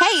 Hey,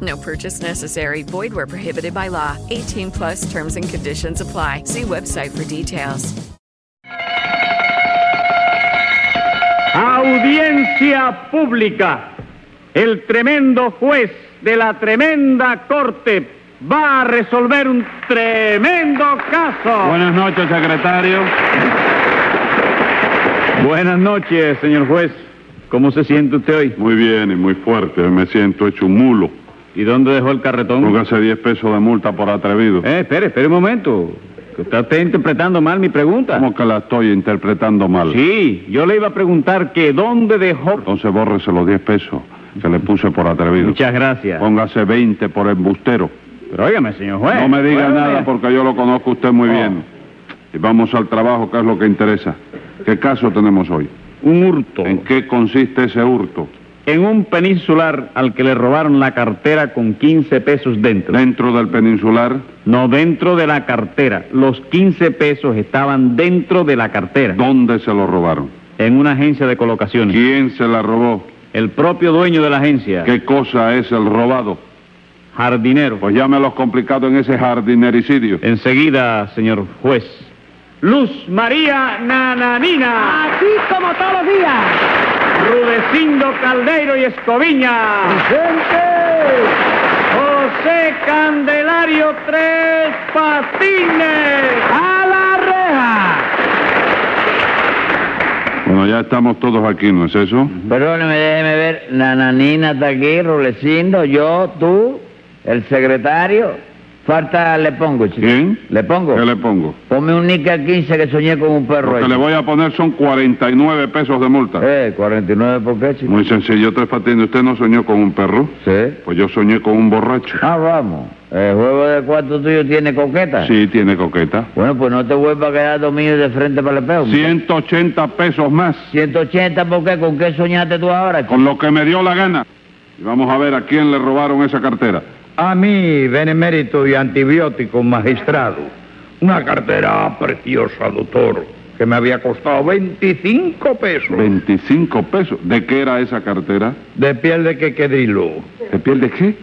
No purchase necessary. Void where prohibited by law. 18 plus terms and conditions apply. See website for details. Audiencia pública. El tremendo juez de la tremenda corte va a resolver un tremendo caso. Buenas noches, secretario. Buenas noches, señor juez. ¿Cómo se siente usted hoy? Muy bien y muy fuerte. Me siento hecho un mulo. ¿Y dónde dejó el carretón? Póngase 10 pesos de multa por atrevido. Eh, espere, espere un momento. Que Está usted interpretando mal mi pregunta. ¿Cómo que la estoy interpretando mal? Sí, yo le iba a preguntar que dónde dejó... Entonces bórrese los 10 pesos que le puse por atrevido. Muchas gracias. Póngase 20 por embustero. Pero óigame, señor juez. No me diga Eh, Bueno, nada mira. Oh. porque yo lo conozco a usted muy bien. Y vamos al trabajo, que es lo que interesa. ¿Qué caso tenemos hoy? Un hurto. ¿En qué consiste ese hurto? en un peninsular al que le robaron la cartera con 15 pesos dentro. Dentro del peninsular, No dentro de la cartera. Los 15 pesos estaban dentro de la cartera. ¿dónde se lo robaron? En una agencia de colocaciones. ¿Quién se la robó? El propio dueño de la agencia. ¿Qué cosa es el robado? Jardinero. Pues ya me los complicado en ese jardinericidio. Enseguida, señor juez. Luz María Nananina. Aquí como todos los días. Rudecindo Caldeiro y Escoviña. José Candelario Tres Patines. A la reja. Bueno, ya estamos todos aquí, ¿no es eso? Perdóneme, déjeme ver. Nananina está aquí, Rulecindo, yo, tú, el secretario. Falta le pongo, chico. ¿Quién? Le pongo. ¿Qué le pongo? Ponme un Nica 15 que soñé con un perro. Lo que ahí. le voy a poner son 49 pesos de multa. Eh, 49 por qué, chico. Muy sencillo, Tres Patines. ¿Usted no soñó con un perro? Sí. Pues yo soñé con un borracho. Ah, vamos. El juego de cuarto tuyo tiene coqueta. Sí, tiene coqueta. Bueno, pues no te vuelvas a quedar dormido de frente para el espejo. 180 pesos más, 180 por qué, ¿con qué soñaste tú ahora? chico? con lo que me dio la gana. Y vamos a ver a quién le robaron esa cartera. A mí, benemérito y antibiótico magistrado. Una cartera preciosa, doctor, que me había costado 25 pesos. 25 pesos. ¿De qué era esa cartera? De piel de quequedrilo. ¿De piel de qué?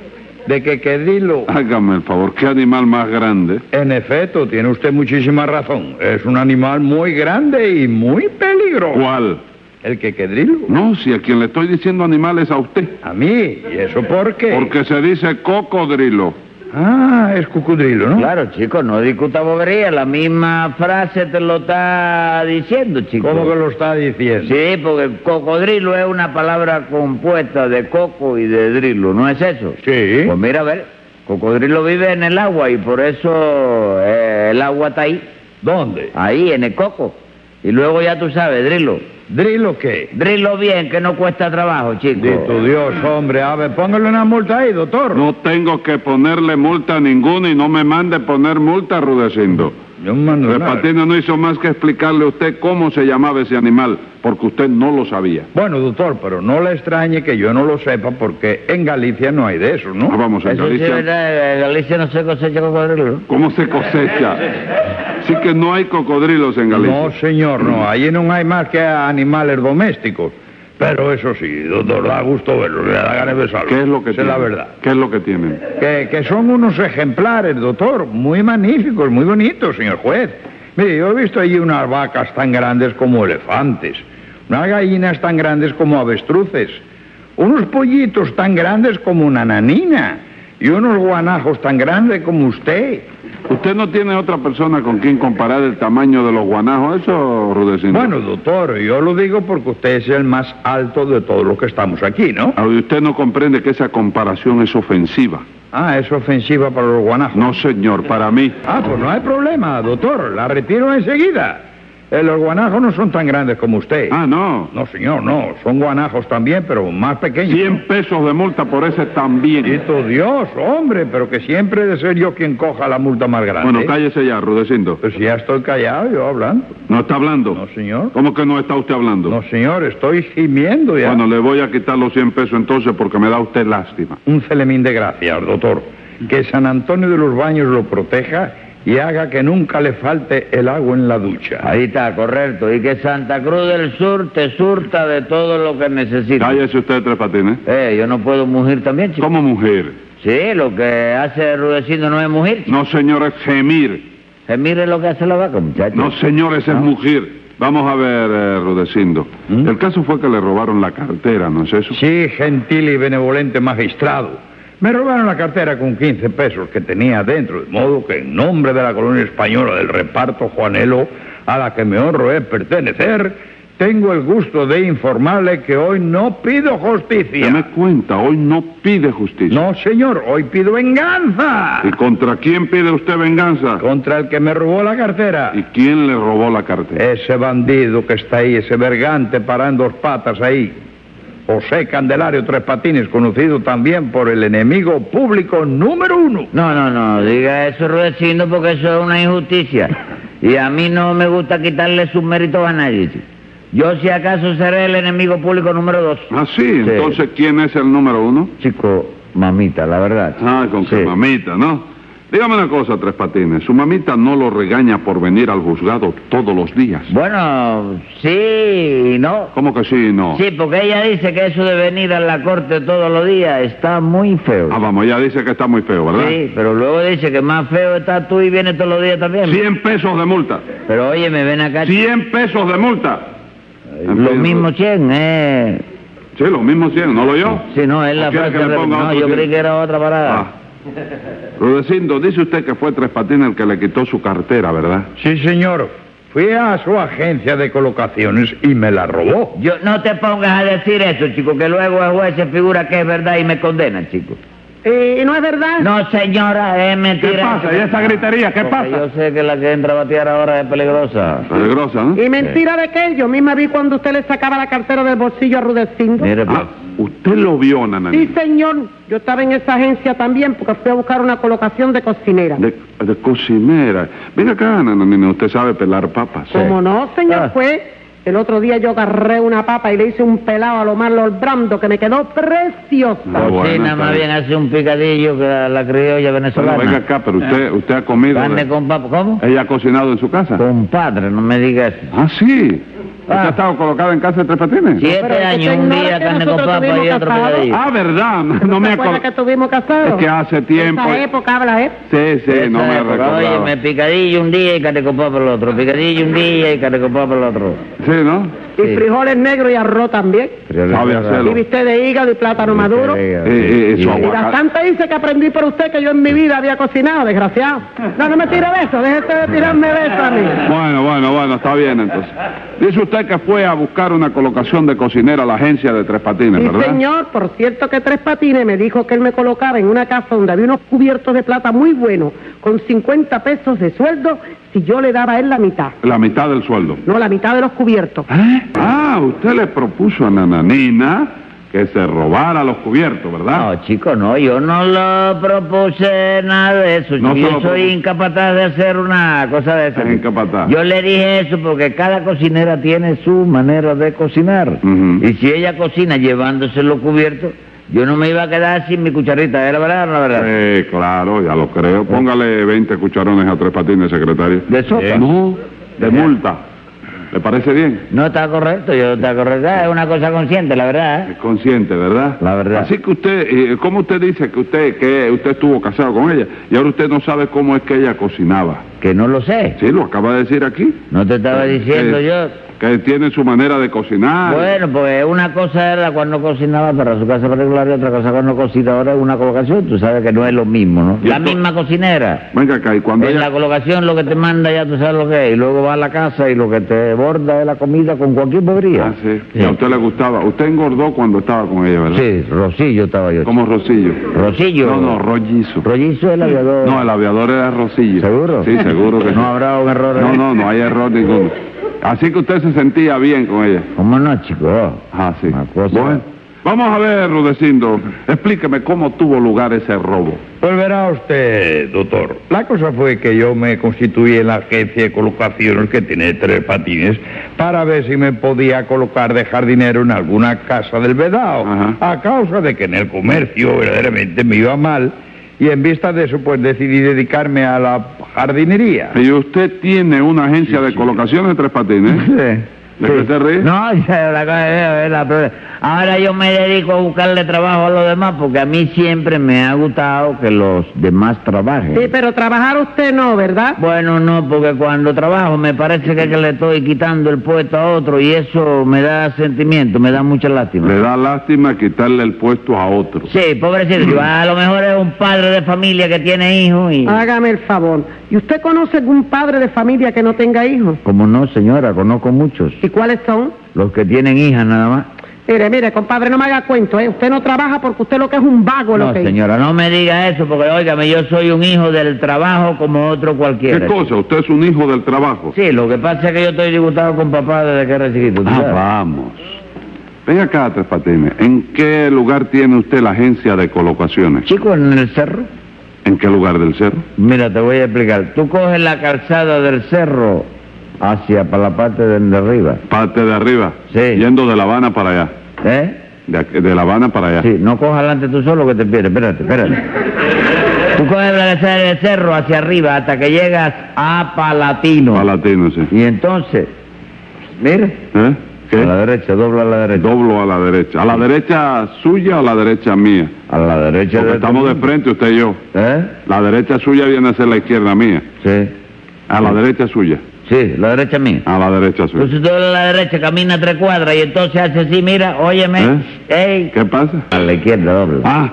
De quequedrilo. Hágame el favor, ¿qué animal más grande? En efecto, tiene usted muchísima razón. Es un animal muy grande y muy peligroso. ¿Cuál? El quequedrilo. No, si a quien le estoy diciendo animal es a usted. A mí. ¿Y eso por qué? Porque se dice cocodrilo. Ah, es cucudrilo, ¿no? Claro, chico, no discuta bobería. La misma frase te lo está diciendo, chico. ¿Cómo que lo está diciendo? Sí, porque el cocodrilo es una palabra compuesta de coco y de drilo, ¿no es eso? Sí. Pues mira, a ver, cocodrilo vive en el agua y por eso eh, el agua está ahí, ¿Dónde? ahí en el coco. Y luego ya tú sabes, drilo. ¿Drilo qué? Drilo bien, que no cuesta trabajo, chico. Dito Dios, hombre, a ver, póngale una multa ahí, doctor. No tengo que ponerle multa a ninguno y no me mande poner multa, Rudecindo. Yo no mando nada. Repatino no hizo más que explicarle a usted cómo se llamaba ese animal, porque usted no lo sabía. Bueno, doctor, pero no le extrañe que yo no lo sepa porque en Galicia no hay de eso, eh, ¿no? Ah, vamos, en Eso sí es Galicia. verdad, en Galicia no se cosecha cocodrilo. ¿no? ¿Cómo se cosecha? Sí que no hay cocodrilos en No, Galicia. señor, no. Allí no hay más que animales domésticos. Pero eso sí, doctor, da gusto verlo, le da ganas de besarlo. ¿Qué es lo que Esa es tienen? la verdad. ¿Qué es lo que tienen? Que, que son unos ejemplares, doctor, muy magníficos, muy bonitos, señor juez. Mire, yo he visto allí unas vacas tan grandes como elefantes, unas gallinas tan grandes como avestruces, unos pollitos tan grandes como una nanina y unos guanajos tan grandes como usted, ¿Usted no tiene otra persona con quien comparar el tamaño de los guanajos, eso, Rudecindo? Bueno, doctor, yo lo digo porque usted es el más alto de todos los que estamos aquí, ¿no? Ah, y usted no comprende que esa comparación es ofensiva. Ah, es ofensiva para los guanajos. No, señor, para mí. Ah, pues no hay problema, doctor. La retiro enseguida. Eh, los guanajos no son tan grandes como usted. Ah, no. No, señor, no. Son guanajos también, pero más pequeños. 100 pesos de multa por ese también. Bendito Dios, hombre, pero que siempre he de ser yo quien coja la multa más grande. Bueno, cállese ya, Rudecindo. Pues ya estoy callado, yo hablando. ¿No está hablando? No, señor. ¿Cómo que no está usted hablando? No, señor, estoy gimiendo ya. Bueno, le voy a quitar los 100 pesos entonces porque me da usted lástima. Un celemín de gracias, doctor. Que San Antonio de los Baños lo proteja y haga que nunca le falte el agua en la ducha. Ahí está, correcto. Y que Santa Cruz del Sur te surta de todo lo que necesitas. Cállese usted, Tres Patines. Eh, yo no puedo mugir también, chico. ¿Cómo mujer? Sí, lo que hace Rudecindo no es mugir. chico. No, señor, es gemir. Eh, mire lo que hace la vaca, muchacho. No, señor, ese es mugir. Vamos a ver, eh, Rudecindo. El caso fue que le robaron la cartera, ¿no es eso? ¿Mm? Sí, gentil y benevolente magistrado. Me robaron la cartera con 15 pesos que tenía adentro, de modo que en nombre de la colonia española del reparto Juanelo, a la que me honro es pertenecer, tengo el gusto de informarle que hoy no pido Ya me justicia. cuenta, hoy no pide justicia. No, señor, hoy pido venganza ¿Y contra quién pide usted venganza? contra el que me robó la cartera. ¿Y quién le robó la cartera? Ese bandido que está ahí, ese vergante parando dos patas ahí. José Candelario Tres Patines, conocido también por el enemigo público número uno. No, no, no, diga eso, Rudecindo, porque eso es una injusticia. Y a mí no me gusta quitarle sus méritos a nadie. chico. Yo, si acaso, seré el enemigo público número dos. Ah, sí, entonces, ¿quién es el número uno? Chico, mamita, la verdad. Ah, con su Sí. mamita, ¿no? Dígame una cosa, Tres Patines. Su mamita no lo regaña por venir al juzgado todos los días. Bueno, sí y no. ¿Cómo que sí y no? Sí, porque ella dice que eso de venir a la corte todos los días está muy feo. Ah, vamos, ya dice que está muy feo, ¿verdad? Sí, pero luego dice que más feo está tú y vienes todos los días también. 100 pesos de multa. Pero oye, me ven acá. 100 pesos de multa. pues, Lo mismo 100, eh. Sí, lo mismo 100, ¿no lo yo? Sí, no, es la ¿O quiere frase. que le re- ponga No, otro yo 100? creí que era otra parada. Ah. Rudecindo, dice usted que fue Tres Patines el que le quitó su cartera, ¿verdad? Sí, señor. Fui a su agencia de colocaciones y me la robó. Yo, no te pongas a decir eso, chico, que luego el juez se figura que es verdad y me condena, chico. ¿Y no es verdad? No, señora, es mentira. gritería? Porque Yo sé que la que entra a batear ahora es peligrosa. Peligrosa, ¿no? ¿Y mentira de qué? Yo misma vi cuando usted le sacaba la cartera del bolsillo a Rudecindo. Mire, Ah, pues, usted lo vio, Nananina. Sí, señor. Yo estaba en esa agencia también porque fui a buscar una colocación de cocinera. De, de cocinera. Venga acá, Nananina, usted sabe pelar papas. Como no, señor, Ah. fue. El otro día yo agarré una papa y le hice un pelado a lo malo brando que me quedó precioso. Ah, bueno, cocina está más bien. bien hace un picadillo que la, la criolla Pero venezolana. venga eh? acá, pero usted, usted ha comido. Carne de- con papa, ¿cómo? Ella ha cocinado en su casa. Compadre, no me digas. eso. Ah, sí. ¿Usted Ah. ha estado colocada en casa de Tres Patines? pero este Siete es que años, usted un ignora día que carne con nosotros papa y tuvimos otro casado. picadillo. Ah, verdad. No me ¿Te acuerdas acuerdo. que estuvimos casados? Es que hace tiempo. Esa época habla, ¿eh? Sí, sí, no me Oye, recordaba. me picadillo un día y carne con papa el otro. Picadillo un día y carne con papa el otro. Sí, ¿no? Y frijoles negros y arroz también. Sabe hacerlo. Y viste de hígado y plátano maduro. Eh, eh, eh, su Y aguacate. bastante dice que aprendí por usted que yo en mi vida había cocinado, desgraciado. No, no me tire de eso, déjese de tirarme de eso a mí. Bueno, bueno, bueno, está bien entonces. Dice usted que fue a buscar una colocación de cocinera a la agencia de Tres Patines, Sí, ¿verdad? señor, por cierto que Tres Patines me dijo que él me colocaba en una casa donde había unos cubiertos de plata muy buenos, con 50 pesos de sueldo, si yo le daba a él la mitad. La mitad del sueldo. No, la mitad de los cubiertos. ¿Eh? Ah, usted le propuso a Nananina que se robara los cubiertos, ¿verdad? No, chico, no, yo no lo propuse nada de eso. No chico. se yo lo soy propuso. incapaz de hacer una cosa de esa. Es incapaz. Yo le dije eso porque cada cocinera tiene su manera de cocinar. Ujú. Y si ella cocina llevándose los cubiertos, yo no me iba a quedar sin mi cucharita. ¿Era verdad o no era verdad? Eh, claro, ya lo creo. Póngale 20 cucharones a Tres Patines, secretario. Eh. ¿De sopa? No, de multa. ¿Le parece bien? No está correcto, yo está correcto. Ah, Es una cosa consciente, la verdad. ¿eh? Es consciente, ¿verdad? La verdad. Así que usted, eh, ¿cómo usted dice que usted que usted estuvo casado con ella y ahora usted no sabe cómo es que ella cocinaba? Que no lo sé. Sí, Ah. lo acaba de decir aquí. No te estaba diciendo Eh, yo que tiene su manera de cocinar. Bueno, pues una cosa era cuando cocinaba para su casa particular y otra cosa cuando cocina ahora es una colocación. Tú sabes que no es lo mismo, ¿no? Y La esto- misma cocinera. Venga acá, y cuando En ella... la colocación lo que te manda ya tú sabes lo que es. Y luego va a la casa y lo que te borda es la comida con cualquier podría. Ah, sí. Y a usted le gustaba. Usted engordó cuando estaba con ella, ¿verdad? Sí, Rosillo estaba yo. Como Rosillo. Rosillo. No, no, rollizo. Rollizo el aviador. No, el aviador era Rosillo. ¿Seguro? Sí, seguro que sí. No habrá un error en No, esto. no, no hay error ninguno. Así que usted se sentía bien con ella. ¿Cómo no, chico? Ah, sí. Una cosa- Bueno, vamos a ver, Rudecindo. Explíqueme cómo tuvo lugar ese robo. Pues verá usted, doctor. La cosa fue que yo me constituí en la agencia de colocaciones que tiene tres patines para ver si me podía colocar de jardinero en alguna casa del vedado. Ajá. A causa de que en el comercio verdaderamente me iba mal y en vista de eso pues decidí dedicarme a la jardinería. Y usted tiene una agencia de colocaciones de tres patines. ¿eh? ¿De qué te ríes? No, ya la cosa es- es la pro- Ahora yo me dedico a buscarle trabajo a los demás porque a mí siempre me ha gustado que los demás trabajen. Sí, pero trabajar usted no, ¿verdad? Bueno, no, porque cuando trabajo me parece que, que le estoy quitando el puesto a otro y eso me da sentimiento, me da mucha lástima. Le da lástima quitarle el puesto a otro. Sí, pobrecito, yo a lo mejor es un padre de familia que tiene hijos y... Hágame el favor. ¿Y usted conoce algún padre de familia que no tenga hijos? Como no, señora, conozco muchos, ¿Y cuáles son? los que tienen hijas nada más. Mire, mire, compadre, no me haga cuento, ¿eh? Usted no trabaja porque usted lo que es un vago, lo No, que es. señora, no me diga eso porque, óigame, yo soy un hijo del trabajo como otro ¿Qué cualquiera. cosa? Usted es un hijo del trabajo. Sí, lo que pasa es que yo estoy disgustado con papá desde que era chiquito. ¿tú Ah, sabes? vamos. Ven acá, Tres Patines. ¿En qué lugar tiene usted la agencia de colocaciones? Chico, en el cerro. ¿En qué lugar del cerro? Mira, te voy a explicar. Tú coges la calzada del cerro hacia para la parte de, de arriba. Parte de arriba. Sí. Yendo de La Habana para allá. ¿Eh? De, aquí- de La Habana para allá. Sí, no cojas adelante tú solo que te pierdes. Espérate, espérate. Tú coges la calzada del cerro hacia arriba hasta que llegas a Palatino. Palatino, sí. y entonces, mira, ¿Eh? a ¿Qué? la derecha, dobla a la derecha. Doblo a la derecha. ¿A la derecha suya o a la derecha mía? a la derecha. Porque del- estamos de frente, usted y yo. ¿Eh? La derecha suya viene a ser la izquierda mía. Sí. Pues A la derecha suya. Sí, la derecha mía. A la derecha suya. Entonces tú a la derecha camina tres cuadras y entonces hace así, mira, óyeme, ey. ¿Eh? ¿Qué pasa? A la izquierda doble. Ah,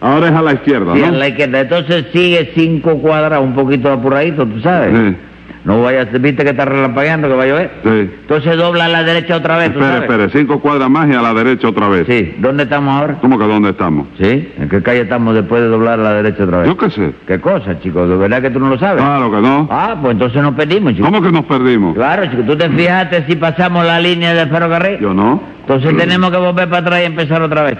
ahora es a la izquierda, sí, a ¿no? la izquierda. Entonces sigue cinco cuadras, un poquito apuradito, tú sabes. Sí. No vayas, viste que está relampagueando, que va a llover. Sí. Entonces dobla a la derecha otra vez, tú Espere, sabes. espere, cinco cuadras más y a la derecha otra vez. Sí, ¿dónde estamos ahora? ¿Cómo que dónde estamos? Sí, ¿en qué calle estamos después de doblar a la derecha otra vez? Yo qué sé. ¿Qué cosa, chicos? ¿De verdad que tú no lo sabes? Claro que no. Ah, pues entonces nos perdimos, chicos. ¿Cómo que nos perdimos? Claro, chicos, tú te fijaste si pasamos la línea del ferrocarril. Yo no. Entonces tenemos que volver para atrás y empezar otra vez.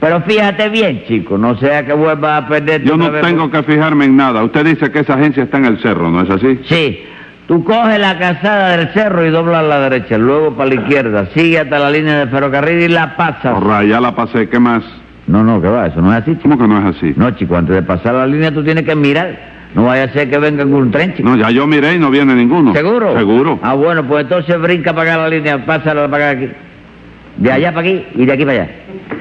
Pero fíjate bien, chico, no sea que vuelvas a perder Yo no tengo que fijarme en nada. Usted dice que esa agencia está en el cerro, ¿no es así? Sí. Tú coges la calzada del cerro y doblas a la derecha, luego para la izquierda, sigue hasta la línea del ferrocarril y la pasas. Ahora, ya la pasé. ¿Qué más? No, no, que va, eso no es así, chico. ¿Cómo que no es así? No, chico, antes de pasar la línea tú tienes que mirar. No vaya a ser que venga con un tren, chico. No, ya yo miré y no viene ninguno. ¿Seguro? Seguro. Ah, bueno, pues entonces brinca para acá la línea, pásala para acá aquí. De allá para aquí y de aquí para allá.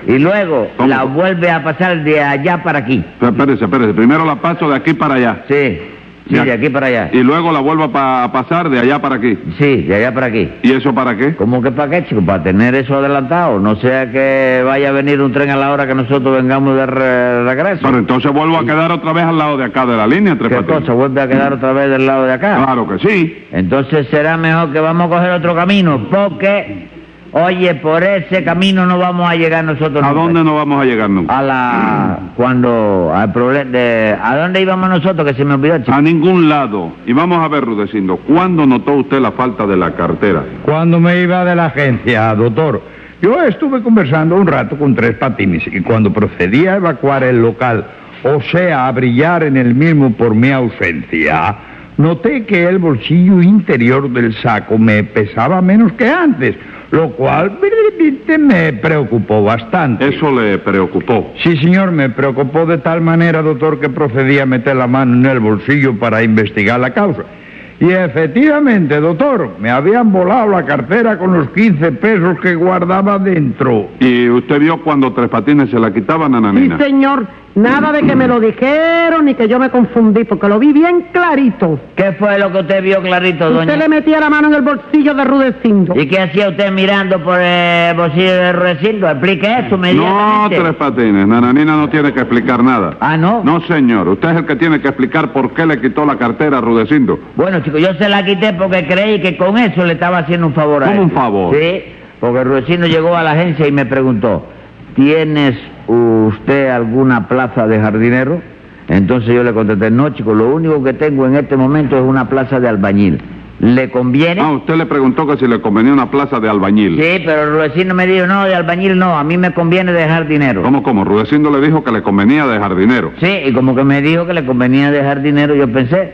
Y luego ¿Cómo? la vuelve a pasar de allá para aquí. Pero Espérese, espérese. Primero la paso de aquí para allá. Sí, sí, Ya. de aquí para allá. Y luego la vuelvo a pa- pasar de allá para aquí. Sí, de allá para aquí. ¿Y eso para qué? ¿Cómo que para qué, chico? Para tener eso adelantado. No sea que vaya a venir un tren a la hora que nosotros vengamos de re- regreso. Pero entonces vuelvo a quedar otra vez al lado de acá de la línea, Tres ¿Qué Patines. cosa? ¿Vuelve a quedar otra vez del lado de acá? Claro que sí. Entonces será mejor que vamos a coger otro camino, porque, oye, por ese camino no vamos a llegar nosotros. ¿A nunca. dónde no vamos a llegar nunca? A la... cuando... al problema de... ¿A dónde íbamos nosotros? Que se me olvidó, chico. A ningún lado. Y vamos a ver, Rudecindo, ¿cuándo notó usted la falta de la cartera? Cuando me iba de la agencia, doctor, yo estuve conversando un rato con tres patines y cuando procedí a evacuar el local, o sea, a brillar en el mismo por mi ausencia, noté que el bolsillo interior del saco me pesaba menos que antes, lo cual verdaderamente, me preocupó bastante. Eso le preocupó. Sí, señor, me preocupó de tal manera, doctor, que procedí a meter la mano en el bolsillo para investigar la causa. Y efectivamente, doctor, me habían volado la cartera con los 15 pesos que guardaba dentro. ¿Y usted vio cuando Tres Patines se la quitaban a Sí, Nanina? señor. Nada de que me lo dijeron ni que yo me confundí, porque lo vi bien clarito. ¿Qué fue lo que usted vio clarito, doña? Usted le metía la mano en el bolsillo de Rudecindo. ¿Y qué hacía usted mirando por el bolsillo de Rudecindo? Explique eso No, inmediatamente. Tres Patines, Nananina no tiene que explicar nada. Ah, ¿no? No, señor, usted es el que tiene que explicar por qué le quitó la cartera a Rudecindo. Bueno, chicos, yo se la quité porque creí que con eso le estaba haciendo un favor a ¿Cómo él. un favor? Sí, porque Rudecindo llegó a la agencia y me preguntó, ¿tienes usted alguna plaza de jardinero? Entonces yo le contesté, no, chico, lo único que tengo en este momento es una plaza de albañil. ¿Le conviene? Ah, usted le preguntó que si le convenía una plaza de albañil. Sí, pero Rudecindo me dijo, no, de albañil no, a mí me conviene dejar dinero. ¿Cómo, cómo? Rudecindo le dijo que le convenía de jardinero. Sí, y como que me dijo que le convenía dejar dinero, yo pensé,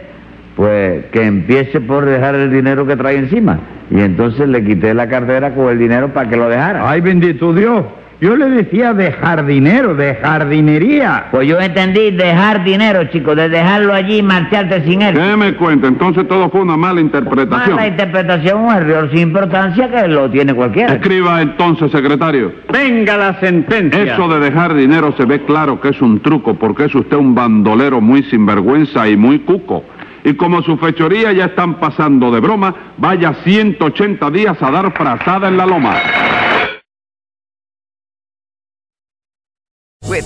pues que empiece por dejar el dinero que trae encima. Y entonces le quité la cartera con el dinero para que lo dejara. Ay, bendito Dios. Yo le decía de jardinero, de jardinería. Pues yo entendí dejar dinero, chico, de dejarlo allí y marcharte sin él. ¿Qué me cuenta? Entonces todo fue una mala interpretación. Mala interpretación, un error sin importancia que lo tiene cualquiera. Escriba entonces, secretario. Venga la sentencia. Eso de dejar dinero se ve claro que es un truco, porque es usted un bandolero muy sinvergüenza y muy cuco. Y como su fechoría ya están pasando de broma, vaya 180 días a dar frazada en la loma. With